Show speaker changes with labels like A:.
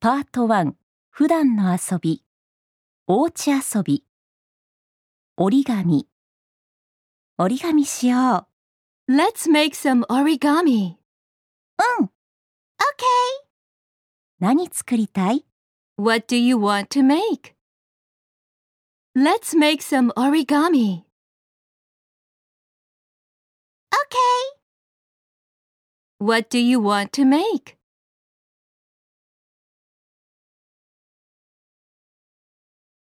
A: パート1普段の遊びおうち遊び折り紙折り紙しよ
B: Let's make some origami.
A: ううん OK 何作りたい
B: What do you want to make? Let's make some origami.
A: OK
B: What do you want to make?